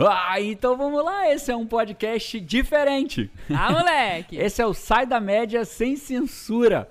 Ah, então vamos lá, esse é um podcast diferente. Ah, moleque! Esse é o Sai da Média sem censura.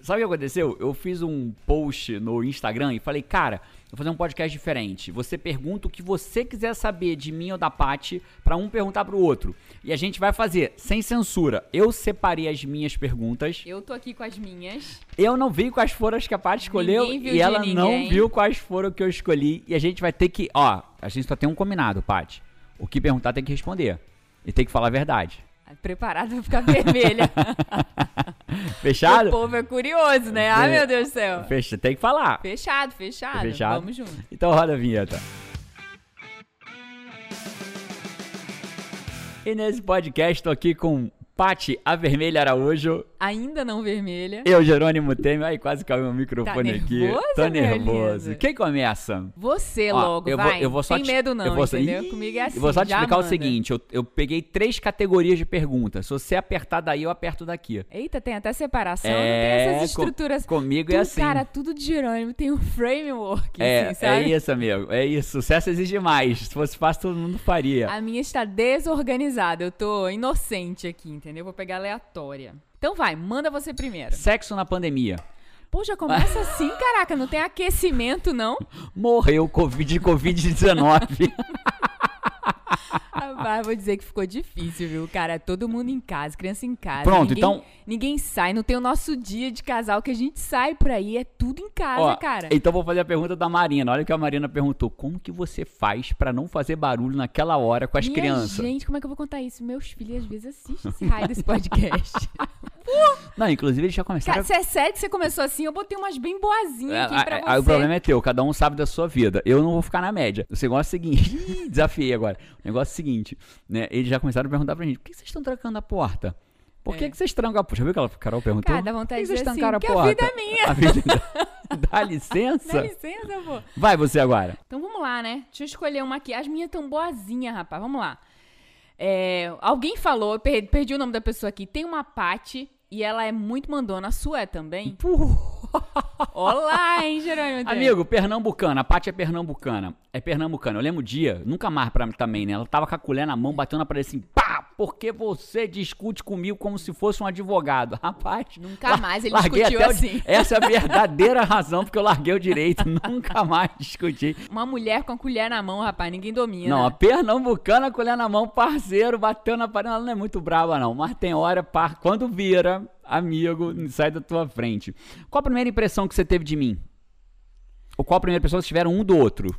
Sabe o que aconteceu? Eu fiz um post no Instagram e falei, cara, vou fazer um podcast diferente. Você pergunta o que você quiser saber de mim ou da Pati pra um perguntar pro outro. E a gente vai fazer sem censura. Eu separei as minhas perguntas. Eu tô aqui com as minhas. Eu não vi quais foram as que a Paty escolheu Ninguém viu e de ela não ninguém. viu quais foram que eu escolhi. E a gente vai ter que. Ó, a gente só tem um combinado, Paty. O que perguntar tem que responder. E tem que falar a verdade. Preparada pra ficar vermelha. o Fechado? povo é curioso, né? Ai, meu Deus do céu. Fecha, tem que falar. Fechado, fechado. Fechado. Vamos junto. Então roda a vinheta. E nesse podcast tô aqui com Paty A Vermelha Araújo, Ainda não vermelha. eu, Jerônimo Temer. Ai, quase caiu meu microfone Tá aqui. nervosa, Tô minha nervoso. linda? Quem começa? Você Ó, logo, eu vou- vai. eu vou só Sem te- medo não, eu vou só- entendeu? Ih, Comigo é assim, Eu vou só te já explicar o manda. seguinte: eu, eu peguei três categorias de perguntas. Se você apertar daí, eu aperto daqui. Eita, tem até separação, não É, tem essas com- estruturas. comigo é Tudo, assim. Cara, tudo de Jerônimo tem um framework, É, assim, é sabe? isso, amigo. É isso. Sucesso exige mais. Se fosse fácil, todo mundo faria. A minha está desorganizada, eu tô inocente aqui, entendeu? Vou pegar aleatória. Então vai, manda você primeiro. Sexo na pandemia. Pô, já começa assim, caraca, não tem aquecimento, não? Morreu COVID de Covid-19. Rapaz, Ah, vou dizer que ficou difícil, viu, cara? Todo mundo em casa, criança em casa. Pronto, ninguém- então- Ninguém sai, não tem o nosso dia de casal que a gente sai por aí, é tudo em casa, Ó, cara. Então vou fazer a pergunta da Marina. Olha o que a Marina perguntou: como que você faz pra não fazer barulho naquela hora com as Minha crianças? Gente, como é que eu vou contar isso? Meus filhos às vezes assistem esse raio desse podcast. Não, inclusive eles já cara, começaram. se é sério que você começou assim, eu botei umas bem boazinhas aqui pra Aí você. o problema é teu, cada um sabe da sua vida. Eu não vou ficar na média. O negócio é o seguinte: Ih, desafiei agora. O negócio é o seguinte, né? Eles já começaram a perguntar pra gente: por que vocês estão trancando a porta? Por que, É. que vocês trancam a porta? Já viu que ela, Carol perguntou? Cara, dá Por vontade de que vocês dizer assim, trancaram que a a porta? vida é minha. A vida- Dá Dá licença? licença, pô. Vai você agora. Então vamos lá, né? Deixa eu escolher uma aqui. As minhas tão boazinhas, rapaz. Vamos lá. É, alguém falou, eu per- perdi o nome da pessoa aqui. Tem uma Pati e ela é muito mandona. A sua é também? Olá, hein, Jerônimo? Temer? Amigo, pernambucana, a Paty é pernambucana. É pernambucana. Eu lembro o dia, nunca mais pra mim também, né? Ela tava com a colher na mão, batendo na parede assim, pá, porque você discute comigo como se fosse um advogado. Rapaz. Nunca la- mais ele larguei discutiu até o- assim. Essa é a verdadeira razão porque eu larguei o direito. nunca mais discuti. Uma mulher com a colher na mão, rapaz. Ninguém domina. Não, a pernambucana, colher na mão, parceiro, bateu na parede. Ela não é muito brava, não. Mas tem hora, par... quando vira, amigo, sai da tua frente. Qual a primeira impressão que você teve de mim? Ou qual a primeira impressão que vocês tiveram um do outro?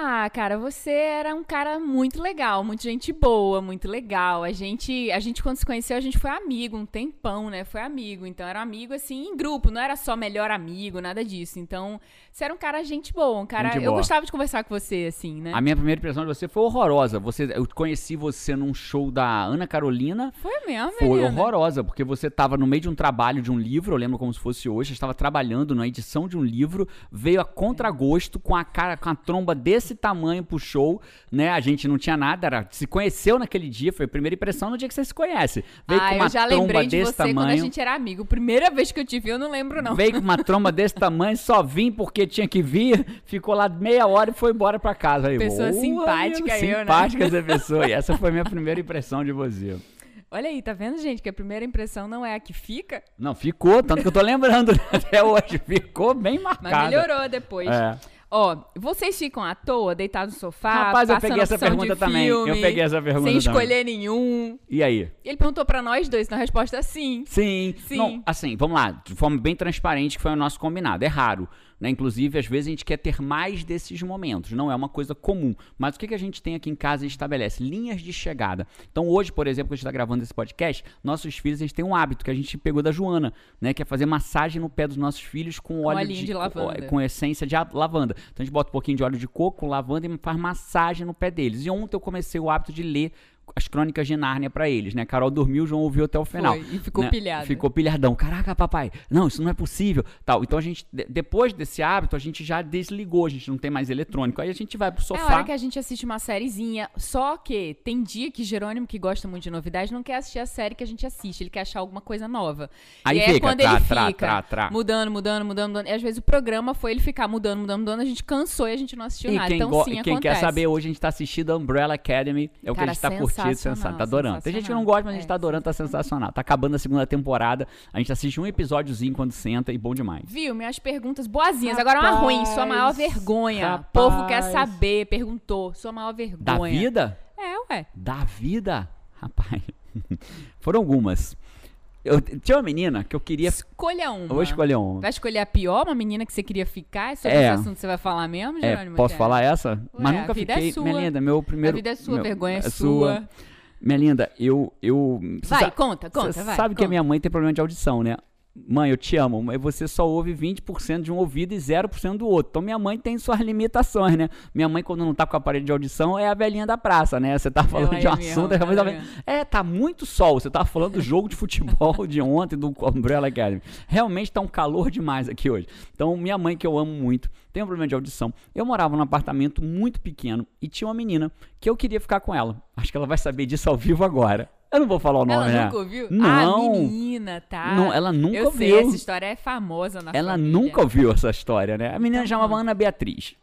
Ah, cara, você era um cara muito legal, muito gente boa, muito legal. A gente, a gente quando se conheceu, a gente foi amigo um tempão, né? Foi amigo, então era amigo assim em grupo, não era só melhor amigo, nada disso. Então, você era um cara gente boa, um cara. Gente eu boa. gostava de conversar com você assim, né? A minha primeira impressão de você foi horrorosa. Você, eu conheci você num show da Ana Carolina. Foi mesmo, Foi menina? horrorosa, porque você tava no meio de um trabalho de um livro, eu lembro como se fosse hoje, eu estava trabalhando na edição de um livro, veio a contragosto com a cara, com a tromba desse tamanho pro show, né? A gente não tinha nada, era, se conheceu naquele dia, foi a primeira impressão no dia que você se conhece. Veio Ah, com uma eu já tromba lembrei de desse você quando a tamanho. gente era amigo. Primeira vez que eu te vi, eu não lembro não. Veio com uma tromba desse tamanho, só vim porque tinha que vir, ficou lá meia hora e foi embora pra casa. Aí, Pessoa "Ô, simpática amigo, eu, né?" Simpática essa pessoa. E essa foi a minha primeira impressão de você. Olha aí, tá vendo, gente, que a primeira impressão não é a que fica, Não, ficou, tanto que eu tô lembrando né, até hoje. Ficou bem mas marcado. melhorou depois. É. Ó, vocês ficam à toa, deitados no sofá, Rapaz, eu passando peguei essa opção de pergunta também. Eu filme, peguei essa pergunta também. Sem escolher nenhum. E aí? Ele perguntou pra nós dois, na resposta é sim. Sim. Sim. Não, assim, vamos lá, de forma bem transparente, que foi o nosso combinado. É raro. Né? Inclusive, às vezes a gente quer ter mais desses momentos. Não é uma coisa comum. Mas o que, que a gente tem aqui em casa e estabelece? Linhas de chegada. Então, hoje, por exemplo, que a gente está gravando esse podcast, nossos filhos, eles têm um hábito que a gente pegou da Joana, né? Que é fazer massagem no pé dos nossos filhos com óleo é, olhinho de lavanda. com essência de a- lavanda. Então a gente bota um pouquinho de óleo de coco, lavanda e faz massagem no pé deles. E ontem eu comecei o hábito de ler as crônicas de Nárnia pra eles, né? Carol dormiu, João ouviu até o final. Foi, e ficou né? pilhado. Ficou pilhadão. Caraca, papai, não, isso não é possível. Tal. Então a gente, de- depois desse hábito, a gente já desligou, a gente não tem mais eletrônico. Aí a gente vai pro É a sofá. hora que a gente assiste uma sériezinha, só que tem dia que Jerônimo, que gosta muito de novidade, não quer assistir a série que a gente assiste, ele quer achar alguma coisa nova. Aí e é fica, quando trá, ele trá, fica trá, trá. mudando, mudando, mudando, mudando. E às vezes o programa foi ele ficar mudando, mudando, mudando, a gente cansou e a gente não assistiu E nada. quem, então go- e sim, acontece. quem quer saber, hoje a gente tá assistindo Umbrella Academy. É o que Cara, a gente tá curtindo, sensacional. sensacional, Tá adorando. Tem gente que não gosta, mas a gente sensacional. tá adorando, tá sensacional. Tá acabando a segunda temporada. A gente assiste um episódiozinho quando senta e bom demais. Viu? Minhas perguntas boazinhas. Agora é uma Rapaz, ruim, sua maior vergonha. rapaz. O povo quer saber, perguntou. Sua maior vergonha. Da vida? É, ué. Da vida? Rapaz. Foram algumas. Eu, tinha uma menina que eu queria. Escolha uma. Eu vou escolher uma. Vai escolher a pior, uma menina que você queria ficar? É sobre É. esse assunto que você vai falar mesmo, É, Jerônimo? posso Quer? falar essa? Mas a nunca vida é fiquei. sua. Minha linda, meu primeiro. a vida é sua, meu- a vergonha é, é sua. Minha linda, eu. eu cê Vai, sa- conta, conta, Você vai. sabe que a conta. minha mãe tem problema de audição, né? Mãe, eu te amo, mas você só ouve 20% de um ouvido e 0% do outro. Então minha mãe tem suas limitações, né? Minha mãe, quando não tá com a parede de audição, é a velhinha da praça, né? Você tá falando é de um mesmo, assunto, ela ela é fala, é, tá muito sol. Você tá falando do jogo de futebol de ontem, do Umbrella Academy. Realmente tá um calor demais aqui hoje. Então, minha mãe, que eu amo muito, tem um problema de audição. Eu morava num apartamento muito pequeno e tinha uma menina que eu queria ficar com ela. Acho que ela vai saber disso ao vivo agora. Eu não vou falar o nome, Ela né? nunca ouviu? Não. Ah, menina, tá. Não, ela nunca Eu sei, ouviu. essa história é famosa na Ela família. nunca ouviu essa história, né? A menina Então, chamava não. Ana Beatriz.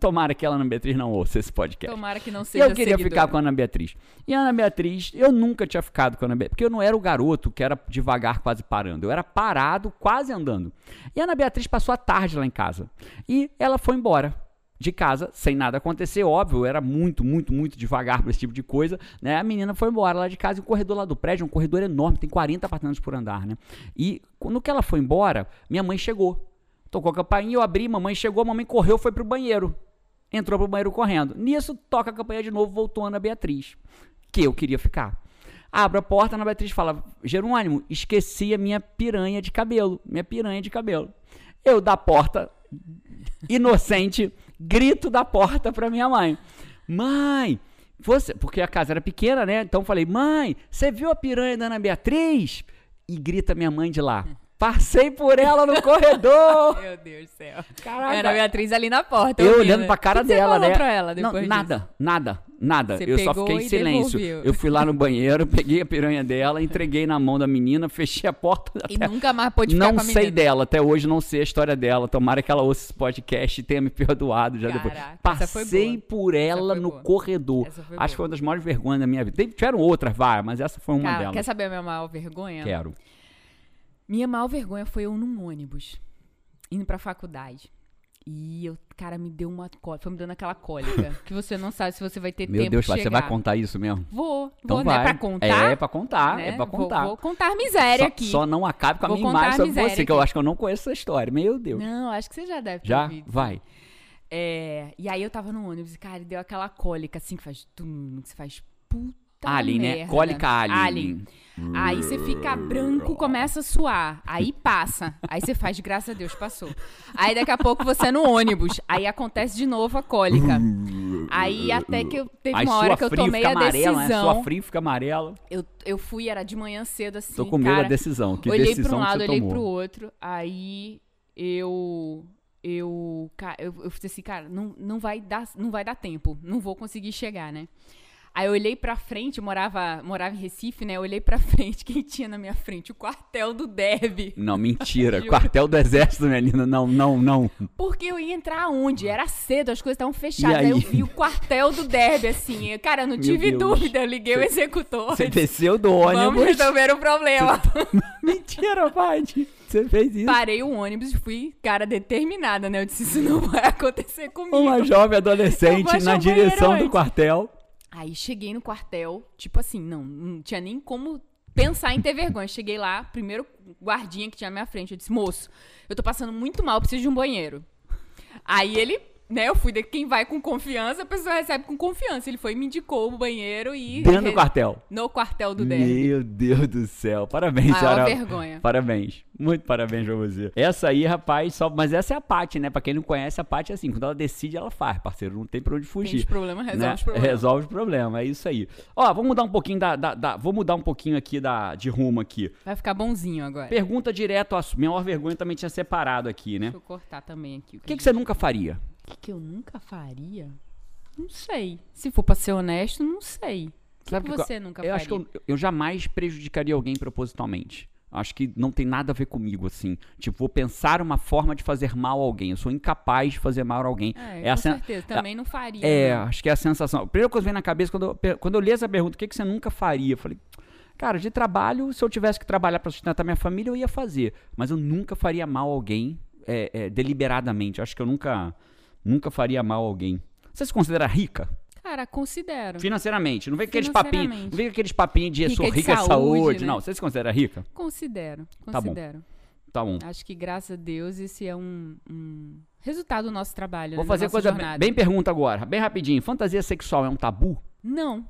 Tomara que ela, Ana Beatriz, não ouça esse podcast. Tomara que não seja Eu queria seguidora. ficar com a Ana Beatriz. E a Ana Beatriz, eu nunca tinha ficado com a Ana Beatriz, porque eu não era o garoto que era devagar, quase parando. Eu era parado, quase andando. E a Ana Beatriz passou a tarde lá em casa. E ela foi embora de casa, sem nada acontecer, óbvio, eu era muito, muito, muito devagar para esse tipo de coisa, né? A menina foi embora lá de casa, e o corredor lá do prédio é um corredor enorme, tem 40 apartamentos por andar, né? E quando que ela foi embora, minha mãe chegou. Tocou a campainha, eu abri, mamãe chegou, mamãe correu, foi pro banheiro. Entrou pro banheiro correndo. Nisso, toca a campanha de novo, voltou a Ana Beatriz, que eu queria ficar. Abro a porta, a Ana Beatriz fala: Jerônimo, esqueci a minha piranha de cabelo. Minha piranha de cabelo. Eu da porta, inocente, grito da porta pra minha mãe: Mãe, você. Porque a casa era pequena, né? Então eu falei: Mãe, você viu a piranha da Ana Beatriz? E grita minha mãe de lá: Passei por ela no corredor! Meu Deus do céu. Caraca. Era a Beatriz ali na porta. Eu ouvindo. olhando pra cara o que dela, você falou né? pra ela depois não, disso? nada, nada, nada. Você eu só pegou fiquei em e silêncio. devolveu. Eu fui lá no banheiro, peguei a piranha dela, entreguei na mão da menina, fechei a porta. E até- nunca mais pôde ficar Não com a menina. sei dela, até hoje não sei a história dela. Tomara que ela ouça esse podcast e tenha me perdoado já depois. Caraca, essa foi Passei boa. por ela foi no boa. corredor. Essa foi Acho que foi boa. uma das maiores vergonhas da minha vida. Teve- Tiveram outras, vai, mas essa foi uma Cara, delas. quer saber a minha maior vergonha? Quero. Minha maior vergonha foi eu num ônibus, indo pra faculdade. E eu, cara, me deu uma cólica. Foi me dando aquela cólica. que você não sabe se você vai ter Meu tempo Deus, de chegar. você vai contar isso mesmo? Vou, Então vou, vai. né? Pra contar. É, pra contar, né? é pra Vou- contar. Vou, contar só, miséria aqui. só não acabe com a Vou minha contar imagem a sobre miséria você, que eu aqui. acho que eu não conheço essa história. Meu Deus. Não, acho que você já deve ter Já? ouvido. Vai. É, e aí eu tava no ônibus e, cara, deu aquela cólica, assim, que faz... Tum, que você faz puta Alien, né? merda. Cólica Alien. Alien. Aí você fica branco, começa a suar. Aí passa. Aí você faz, graças a Deus, passou. Aí daqui a pouco você é no ônibus. Aí acontece de novo a cólica. Aí até que eu teve Aí uma sua hora que eu frio tomei fica a amarela, né? Sua decisão. frio fica amarela. Eu, eu fui, era de manhã cedo, assim, Tô com medo cara. da decisão. Que olhei decisão pra um lado, que você olhei tomou. pro outro. Aí eu. Eu, ca- eu, eu fiz assim, cara, não, não, vai dar, não vai dar tempo, não vou conseguir chegar, né? Aí eu olhei pra frente, eu morava, morava em Recife, né? Eu olhei pra frente, quem tinha na minha frente? O quartel do Derby. Não, mentira. Juro. Quartel do Exército, minha linda. Não, não, não. Porque eu ia entrar onde? Era cedo, as coisas estavam fechadas. E aí? Aí? eu vi o quartel do Derby, assim. eu- Cara, eu não Meu tive Deus. dúvida, eu liguei o executor. Você desceu do Vamos ônibus. resolver o problema. mentira, Paty. Você fez isso. Parei o ônibus e fui, cara, determinada, né? Eu disse, isso não vai acontecer comigo. Uma jovem Eu vou adolescente achar na um banheiro direção do antes. quartel. Aí cheguei no quartel, tipo assim, não, não tinha nem como pensar em ter vergonha. Cheguei lá, primeiro guardinha que tinha na minha frente, eu disse, moço, eu tô passando muito mal, preciso de um banheiro. Aí ele né, eu fui de quem vai com confiança, a pessoa recebe com confiança. Ele foi e me indicou o banheiro e Dentro do re- quartel. no quartel do DER. Meu Deus do céu. Parabéns, Maior Sarah. vergonha. Parabéns. Muito parabéns pra você. Essa aí, rapaz, só... mas essa é a Paty, né? Pra quem não conhece, a Paty é assim. Quando ela decide, ela faz, parceiro. Não tem pra onde Tem fugir. os problemas, resolve né? os problemas. Resolve os problemas, é isso aí. Ó, vou mudar um pouquinho da, da- da- vou mudar um pouquinho aqui da, de rumo aqui. Vai ficar bonzinho agora. Pergunta direto, a maior vergonha também tinha separado aqui, né? Deixa eu cortar também aqui. O O que, que, que você nunca faria? que, que eu nunca faria? Não sei. Se for pra ser honesto, não sei. O que, Sabe que que você nunca Eu faria? acho que eu, eu jamais prejudicaria alguém propositalmente. Acho que não tem nada a ver comigo, assim. Tipo, vou pensar uma forma de fazer mal a alguém. Eu sou incapaz de fazer mal a alguém. É, assim, a com sen- certeza. Também não faria. né? É, não. acho que é a sensação. A primeira coisa que vem na cabeça, quando eu, per- quando eu li essa pergunta, o que, que você nunca faria? Eu falei, cara, de trabalho, se eu tivesse que trabalhar pra sustentar minha família, eu ia fazer. Mas eu nunca faria mal a alguém é, é, deliberadamente. Acho que eu nunca, nunca faria mal a alguém. Você se considera rica? Cara, considero. Financeiramente. Não vem com aqueles papinhos. Não Financeiramente. vem com aqueles papinhos de Rica sou de rica é saúde. saúde, né? Não, você se considera rica? Considero. Tá bom. Considero. Tá bom. Acho que, graças a Deus, esse é um, um resultado do nosso trabalho. Vou né, da fazer nossa coisa bem, jornada. bem pergunta agora, bem rapidinho. Fantasia sexual é um tabu? Não.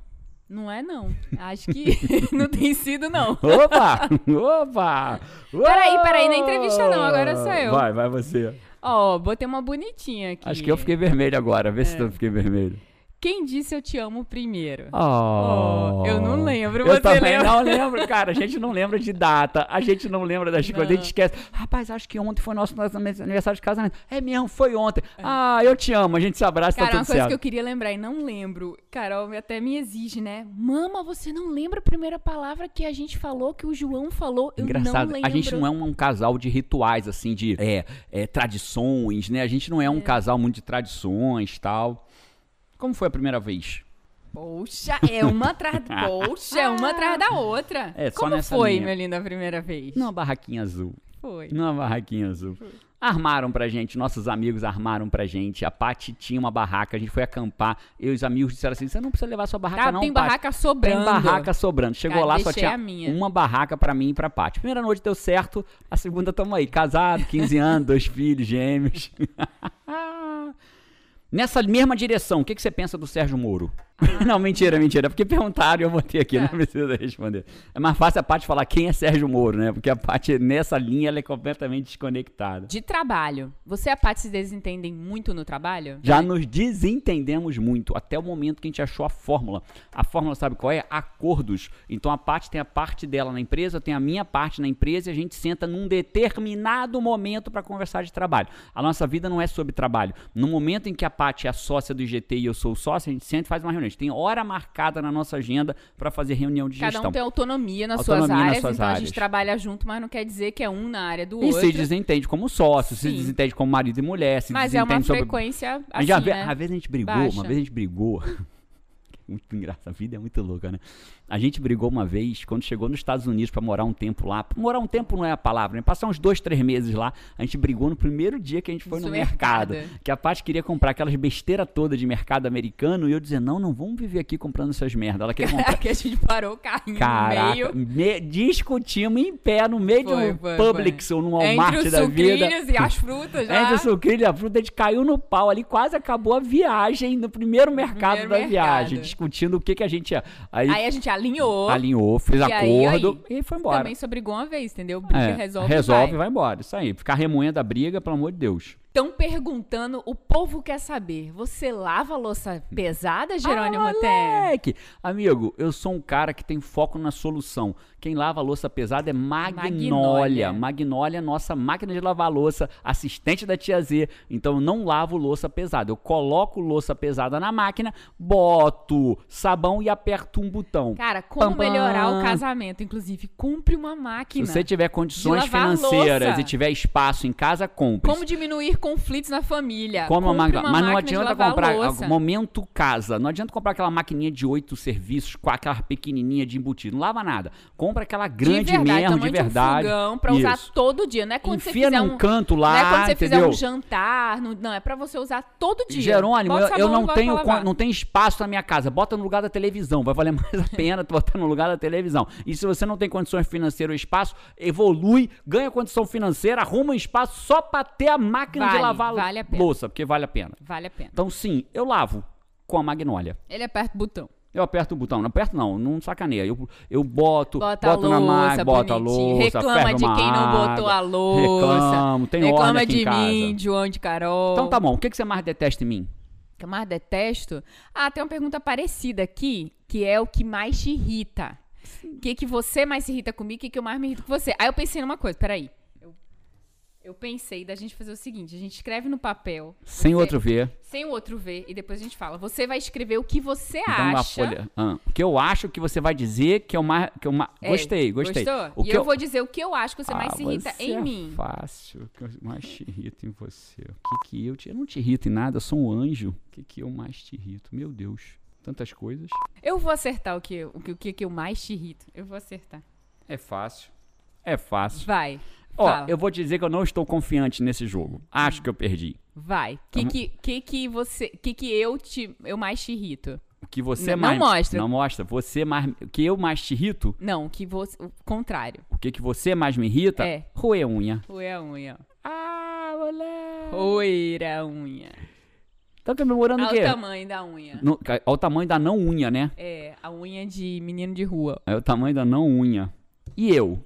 Não é, não. Acho que não tem sido, não. Opa! Opa! Peraí, peraí, na entrevista não, agora sou eu. Vai, vai você. Ó, botei uma bonitinha aqui. Acho que eu fiquei vermelho agora, vê É. se eu fiquei vermelho. Quem disse eu te amo primeiro? Oh. Oh, eu não lembro, eu você também lembra? não lembro, cara. A gente não lembra de data, a gente não lembra das coisas, a Não. gente esquece. Rapaz, acho que ontem foi nosso nosso aniversário de casamento. É mesmo, foi ontem. Ah, eu te amo, a gente se abraça, Cara, é tá uma tudo coisa certo. que eu queria lembrar e não lembro. Carol até me exige, né? Mama, você não lembra a primeira palavra que a gente falou, que o João falou? Eu Engraçado, não lembro. a gente não é um, um casal de rituais, assim, de é, é, tradições, né? A gente não é um casal muito de tradições tal. Como foi a primeira vez? Poxa, é uma atrás... Poxa, é uma atrás da outra. É, só Como nessa foi, linha. meu lindo, a primeira vez? Numa barraquinha azul. Foi. Numa barraquinha azul. Armaram pra gente, nossos amigos armaram pra gente. A Paty tinha uma barraca, a gente foi acampar. E os amigos disseram assim: você não precisa levar sua barraca, Tá, não, tem Paty. barraca sobrando. Tem barraca sobrando. Chegou Cara, lá, só deixei tinha a minha. uma barraca pra mim e pra Paty. Primeira noite deu certo, a segunda tamo aí. Casado, 15 anos, dois filhos, gêmeos. Nessa mesma direção, o que, que você pensa do Sérgio Moro? não, mentira, mentira. Porque perguntaram e eu botei aqui, Tá. não precisa responder. É mais fácil a Paty falar quem é Sérgio Moro, né? Porque a Paty, nessa linha, ela é completamente desconectada. De trabalho. Você e a Paty se desentendem muito no trabalho? Já nos desentendemos muito, até o momento que a gente achou a fórmula. A fórmula sabe qual é? Acordos. Então a parte tem a parte dela na empresa, eu tenho a minha parte na empresa e a gente senta num determinado momento para conversar de trabalho. A nossa vida não é sobre trabalho. No momento em que a Paty é a sócia do IGT e eu sou o sócio, a gente senta e faz uma reunião. A gente tem hora marcada na nossa agenda para fazer reunião de Cada gestão. um tem autonomia nas Autonomia suas nas áreas, suas então a áreas. gente trabalha junto, mas não quer dizer que é um na área do E outro. se desentende como sócio, se Sim. desentende como marido e mulher, se mas é desentende uma sobre frequência A gente, assim, já vê- né? Às vezes a gente brigou, Baixa. uma vez a gente brigou. muito engraçado, a vida é muito louca, né? A gente brigou uma vez quando chegou nos Estados Unidos pra morar um tempo lá. Morar um tempo não é a palavra, né? Passar uns dois, três meses lá. A gente brigou no primeiro dia que a gente foi No no mercado. é mercado. Que a Paty queria comprar aquelas besteira toda de mercado americano e eu dizia: não, não vamos viver aqui comprando essas merdas. Ela queria comprar. que a gente parou o carrinho no Caraca, meio. me- discutimos em pé no meio Foi, de um foi, Publix ou num Walmart Entre os da vida. sucrilhos e as frutas já. Entre o sucrilho e a fruta, a gente caiu no pau ali, quase acabou a viagem no primeiro mercado primeiro da mercado. viagem, discutindo o que, que a gente ia. Aí, Aí a gente alinhou. alinhou, fez E aí, acordo e foi embora. Também só brigou uma vez, entendeu? Briga, É, resolve, resolve vai. vai embora. Isso aí. Ficar remoendo a briga, pelo amor de Deus. Estão perguntando, o povo quer saber. Você lava a louça pesada, Jerônimo Ah, Tem? moleque! Amigo, eu sou um cara que tem foco na solução. Quem lava a louça pesada é Magnólia. Magnólia. Magnólia é nossa máquina de lavar louça, assistente da tia Z. Então eu não lavo louça pesada. Eu coloco louça pesada na máquina, boto sabão e aperto um botão. Cara, como Pam, pam. melhorar o casamento? Inclusive, cumpre uma Se máquina. você tiver condições De lavar financeiras louça. e tiver espaço em casa, compre. Como diminuir conflitos na família? Como uma Tá, Compre máquina. Mas não máquina de adianta lavar comprar. louça. ah, Momento casa. Não adianta comprar aquela maquininha de oito serviços com aquela pequenininha de embutido. Não lava nada. Compra aquela grande de verdade, mesmo, de tamanho verdade. Um fogão pra usar Isso. todo dia. Não é quando você Enfia fizer num um... canto lá, não é quando você entendeu? fizer um jantar. Não, não, é pra você usar todo dia. Jerônimo, Bota eu, sabão eu e não bota pra tenho lavar. con- não tem espaço na minha casa. Bota no lugar da televisão. Vai valer mais a pena tu botar no lugar da televisão. E se você não tem condições financeiras ou espaço, evolui, ganha condição financeira, arruma um espaço só pra ter a máquina de Vale, lavar vale a pena. louça, porque vale a pena. Vale a pena. Então, sim, eu lavo com a magnólia. Ele aperta o botão. Eu aperto o botão. Não aperto, não. Não sacaneia. Eu, eu boto, Bota boto a na máquina, louça, boto a bonitinho. louça, Reclama ferro de uma quem não água, botou a louça. Reclamo, tem ordem Reclama aqui de em casa. mim, de João de Carol. Então tá bom. O que, que você mais detesta em mim? O que eu mais detesto? Ah, tem uma pergunta parecida aqui, que é o que mais te irrita. O que, que você mais se irrita comigo, o que, que eu mais me irrito com você. Aí eu pensei numa coisa, peraí. Eu, eu pensei da gente fazer o seguinte, a gente escreve no papel, Sem Você- outro ver. sem o outro ver, e depois a gente fala. Você vai escrever o que você Então, na acha. folha. Ah, o que eu acho que você vai dizer que eu mais. Que eu mais... É, gostei, gostei. Gostou? O e que eu... vou dizer o que eu acho que você mais Ah, se irrita você em é mim. Fácil. O que eu mais te irrito em você? O que, que eu te. Eu não te irrito em nada, eu sou um anjo. O que, que eu mais te irrito? Meu Deus. Tantas coisas. Eu vou acertar o que, o, que, o que que eu mais te irrito. Eu vou acertar. É fácil. É fácil. Vai. Ó, fala. eu vou dizer que eu não estou confiante nesse jogo. Acho que eu perdi. Vai. Que que, que que você, que que eu te, eu mais te irrito? O que você Não mais. mostra. Não mostra. Você mais. O que eu mais te irrito? Não, que você, o contrário. O que, que você mais me irrita? É. Roer unha. Roer a unha. Ah, moleque. Roer a unha. Tá comemorando Olha o quê? Ah, o tamanho da unha. No- ca- olha o tamanho da não unha, né? É, a unha de menino de rua. É o tamanho da não unha. E eu?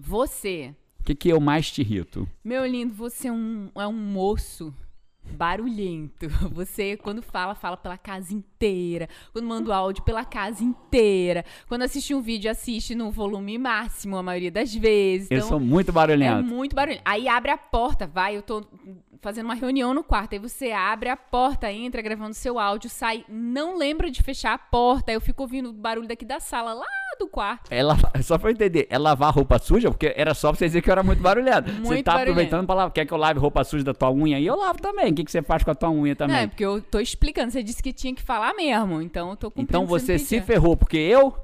Você, O que, que eu mais te irrito? meu lindo, você é um, é um moço barulhento. Você, quando fala, fala pela casa inteira. Quando manda o áudio, pela casa inteira. Quando assiste um vídeo, assiste no volume máximo, a maioria das vezes. eu Então, sou muito É barulhento. muito barulho. Aí abre a porta, vai, eu tô fazendo uma reunião no quarto. Aí você abre a porta, entra gravando seu áudio, sai, não lembra de fechar a porta. Aí eu fico ouvindo o barulho daqui da sala, lá do quarto. É lavar- só pra eu entender, é lavar roupa suja? Porque era só pra você dizer que eu era muito barulhento. você Muito tá barulhento. aproveitando pra lavar. Quer que eu lave roupa suja da tua unha? E eu lavo também. O que, que você faz com a tua unha Não, é também? porque eu tô explicando, você disse que tinha que falar mesmo, então eu tô cumprindo. então o que me você se pediu. ferrou, porque eu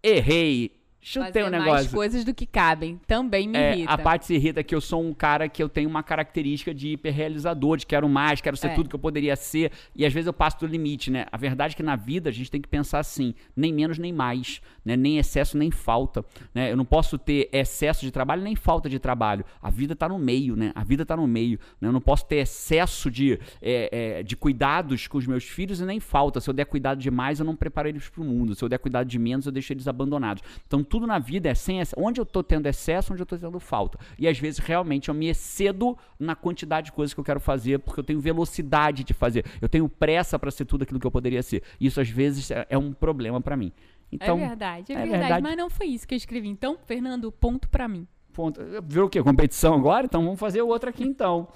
errei. Chutei Fazer o um mais negócio. coisas do que cabem, também me É, irrita. a parte se irrita que eu sou um cara que eu tenho uma característica de hiperrealizador, de quero mais, quero ser É. tudo que eu poderia ser. E às vezes eu passo do limite, né? A verdade é que na vida a gente tem que pensar assim, nem menos nem mais, né? Nem excesso nem falta, né? Eu não posso ter excesso de trabalho nem falta de trabalho. A vida tá no meio, né? A vida tá no meio, né? Eu não posso ter excesso de, é, é, de cuidados com os meus filhos e nem falta. Se eu der cuidado demais, eu não preparo eles pro mundo. Se eu der cuidado de menos, eu deixo eles abandonados. Então tudo na vida é sem excesso. Onde eu tô tendo excesso, onde eu tô tendo falta. E às vezes realmente eu me excedo na quantidade de coisas que eu quero fazer, porque eu tenho velocidade de fazer. Eu tenho pressa para ser tudo aquilo que eu poderia ser. Isso às vezes é é um problema para mim. Então, é verdade, é, é verdade, verdade. Mas não foi isso que eu escrevi. Então, Fernando, ponto pra mim. ponto. Virou o quê? Competição agora? Então vamos fazer outra aqui então.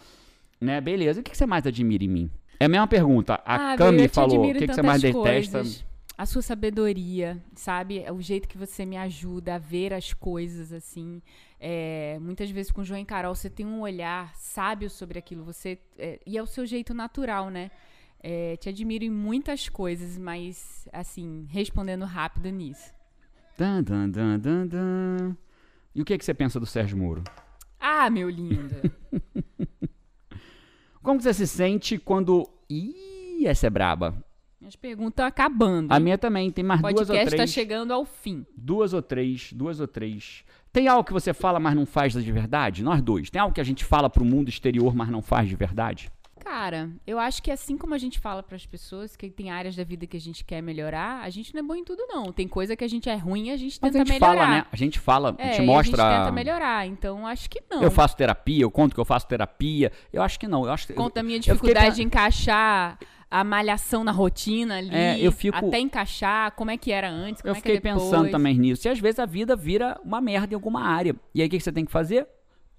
Né? Beleza. O que que você mais admira em mim? É a mesma pergunta. A ah, Bia, Cami eu te falou. O admiro que, em que você mais tantas detesta? coisas. A sua sabedoria, sabe? É O jeito que você me ajuda a ver as coisas, assim. É, muitas vezes com o João e Carol, você tem um olhar sábio sobre aquilo. Você é, E é o seu jeito natural, né? É, te admiro em muitas coisas, mas, assim, respondendo rápido nisso. Dan, dan, dan, dan, dan. E o que, que você pensa do Sérgio Moro? Ah, meu lindo! Como que você se sente quando. Ih, essa é braba. As perguntas estão acabando. A hein? minha também, tem mais o duas ou podcast está três. chegando ao fim. Duas ou três, duas ou três. Tem algo que você fala, mas não faz de verdade? Nós dois. Tem algo que a gente fala pro mundo exterior, mas não faz de verdade? Cara, eu acho que assim como a gente fala para as pessoas que tem áreas da vida que a gente quer melhorar, a gente não é bom em tudo não. Tem coisa que a gente é ruim, e a gente Mas tenta a gente melhorar. fala, né? A gente fala, É, a e gente mostra. a gente tenta melhorar. Então acho que não. Eu faço terapia, eu conto que eu faço terapia. Eu acho que não. Eu acho que. Conta a minha eu fiquei dificuldade pe- de encaixar a malhação na rotina ali, É, eu fico- até encaixar, como é que era antes, como Eu é fiquei que é depois. pensando também nisso. E às vezes a vida vira uma merda em alguma área. E aí o que que você tem que fazer?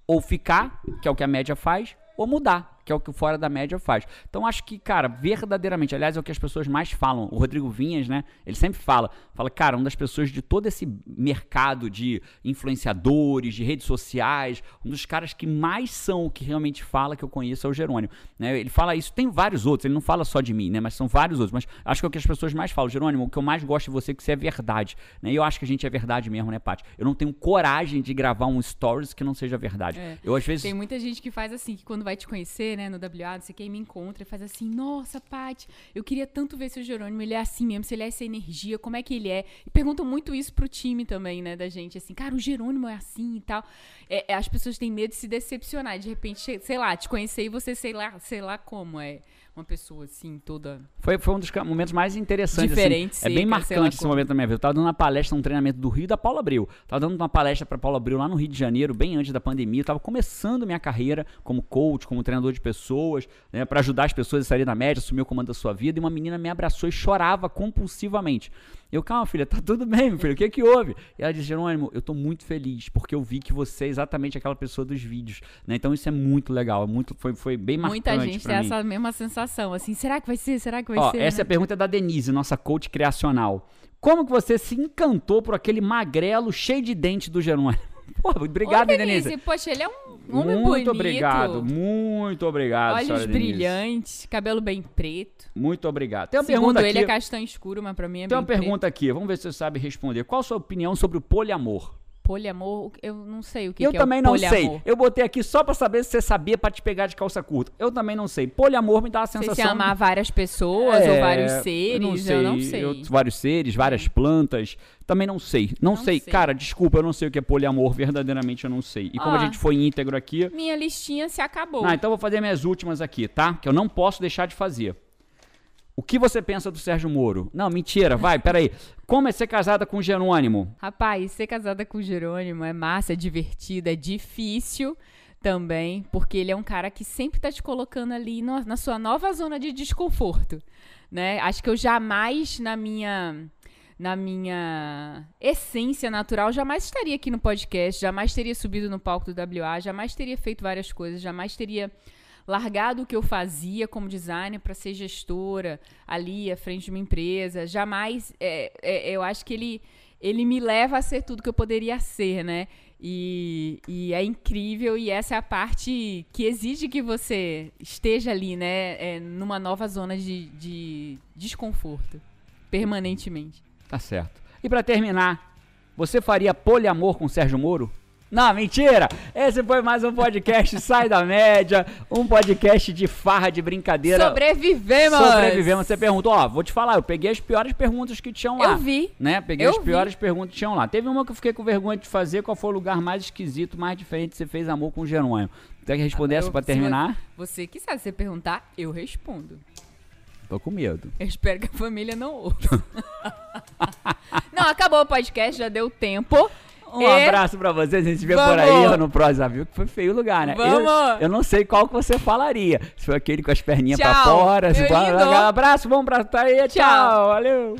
Ou ficar, que é o que a média faz, ou mudar, que é o que o fora da média faz. Então acho que, cara, verdadeiramente, aliás, é o que as pessoas mais falam. O Rodrigo Vinhas, né? Ele sempre fala, fala, cara, uma das pessoas de todo esse mercado de influenciadores, de redes sociais, um dos caras que mais são o que realmente fala que eu conheço é o Jerônimo. né? Ele fala isso, tem vários outros, ele não fala só de mim, né? Mas são vários outros. Mas acho que é o que as pessoas mais falam, Jerônimo, o que eu mais gosto de você é que você é verdade. Né? E eu acho que a gente é verdade mesmo, né, Paty? Eu não tenho coragem de gravar um stories que não seja verdade. É. Eu às vezes. Tem muita gente que faz assim, que quando vai te conhecer, Twitter, né, no WA, não sei quem me encontra e faz assim, nossa, Paty, eu queria tanto ver se o Jerônimo, ele é assim mesmo, se ele é essa energia, como é que ele é? E perguntam muito isso pro time também, né, da gente, assim, cara, o Jerônimo é assim e tal. É, é, as pessoas têm medo de se decepcionar, de repente, sei lá, te conhecer e você, sei lá, sei lá como é uma pessoa assim, toda. Foi, foi um dos momentos mais interessantes. Diferente, assim. É bem marcante esse como. momento da minha vida. Eu tava dando uma palestra, um treinamento do Rio da Paula Abreu. Eu tava dando uma palestra para Paula Abreu lá no Rio de Janeiro, bem antes da pandemia. Eu tava começando minha carreira como coach, como treinador de pessoas, né, para ajudar as pessoas a saírem da média, assumir o comando da sua vida. E uma menina me abraçou e chorava compulsivamente. Eu, calma, filha, tá tudo bem, meu filho, o que é que houve? E ela disse, Jerônimo, eu tô muito feliz, porque eu vi que você é exatamente aquela pessoa dos vídeos, né? Então isso é muito legal, é muito, foi, foi bem Muita marcante Muita gente tem mim. essa mesma sensação, assim, será que vai ser, será que vai Ó, ser? Essa né? é a pergunta da Denise, nossa coach criacional. Como que você se encantou por aquele magrelo cheio de dente do Jerônimo? Pô, obrigado, Ô, Denise. Denise. Poxa, ele é um homem muito bonito. obrigado, muito obrigado, Olhos brilhantes, brilhantes, cabelo bem preto. Muito obrigado. Tem uma Segundo pergunta ele aqui. é castanho escuro, mas pra mim é Tem uma bem pergunta aqui, vamos ver se você sabe responder. Qual a sua opinião sobre o poliamor? preto. Poliamor, eu não sei o que, eu que é o também não sei. poliamor. Eu botei aqui só pra saber se você sabia pra te pegar de calça curta. Eu também não sei. Poliamor me dá a Não sensação. sei se é amar várias pessoas É, ou vários seres, né? eu não sei. eu não sei. Eu- vários seres, várias plantas. Também não sei. Não, Não sei. sei. Cara, desculpa, eu não sei o que é poliamor. Verdadeiramente eu não sei. E como Ó. a gente foi íntegro aqui. Minha listinha se acabou. Ah, então eu vou fazer minhas últimas aqui, tá? Que eu não posso deixar de fazer. O que você pensa do Sérgio Moro? Não, mentira, vai, peraí. Como é ser casada com o Jerônimo? Rapaz, ser casada com o Jerônimo é massa, é divertida, é difícil também, porque ele é um cara que sempre tá te colocando ali no- na sua nova zona de desconforto, né? Acho que eu jamais na minha na minha essência natural, jamais estaria aqui no podcast, jamais teria subido no palco do WA, jamais teria feito várias coisas, jamais teria largado o que eu fazia como designer para ser gestora ali à frente de uma empresa. Jamais, é, é, eu acho que ele, ele me leva a ser tudo que eu poderia ser, né? E, e é incrível, e essa é a parte que exige que você esteja ali, né? É, numa nova zona de, de desconforto, permanentemente. Tá certo. E pra terminar, você faria poliamor com o Sérgio Moro? Não, mentira! Esse foi mais um podcast Sai da Média, um podcast de farra, de brincadeira. Sobrevivemos! Sobrevivemos. Você perguntou, ó, vou te falar, eu peguei as piores perguntas que tinham lá. Eu vi. Né? Peguei Eu as vi. piores perguntas que tinham lá. Teve uma que eu fiquei com vergonha de fazer, qual foi o lugar mais esquisito, mais diferente que você fez amor com o Jerônimo? Tem que responder essa Ah, Eu- pra se terminar? Você que sabe se perguntar, eu respondo. Tô com medo. Eu espero que a família não ouça. não, acabou o podcast, já deu tempo. Um E- abraço pra vocês, a gente se vê por aí É? Vamos! ó, no próximo. Já viu que foi feio o lugar, né? Eu, Vamos! eu não sei qual que você falaria. Se foi aquele com as perninhas pra Tchau. fora, se Eu foi... ligo. abraço, vamos pra tá aí, tchau, Tchau. valeu!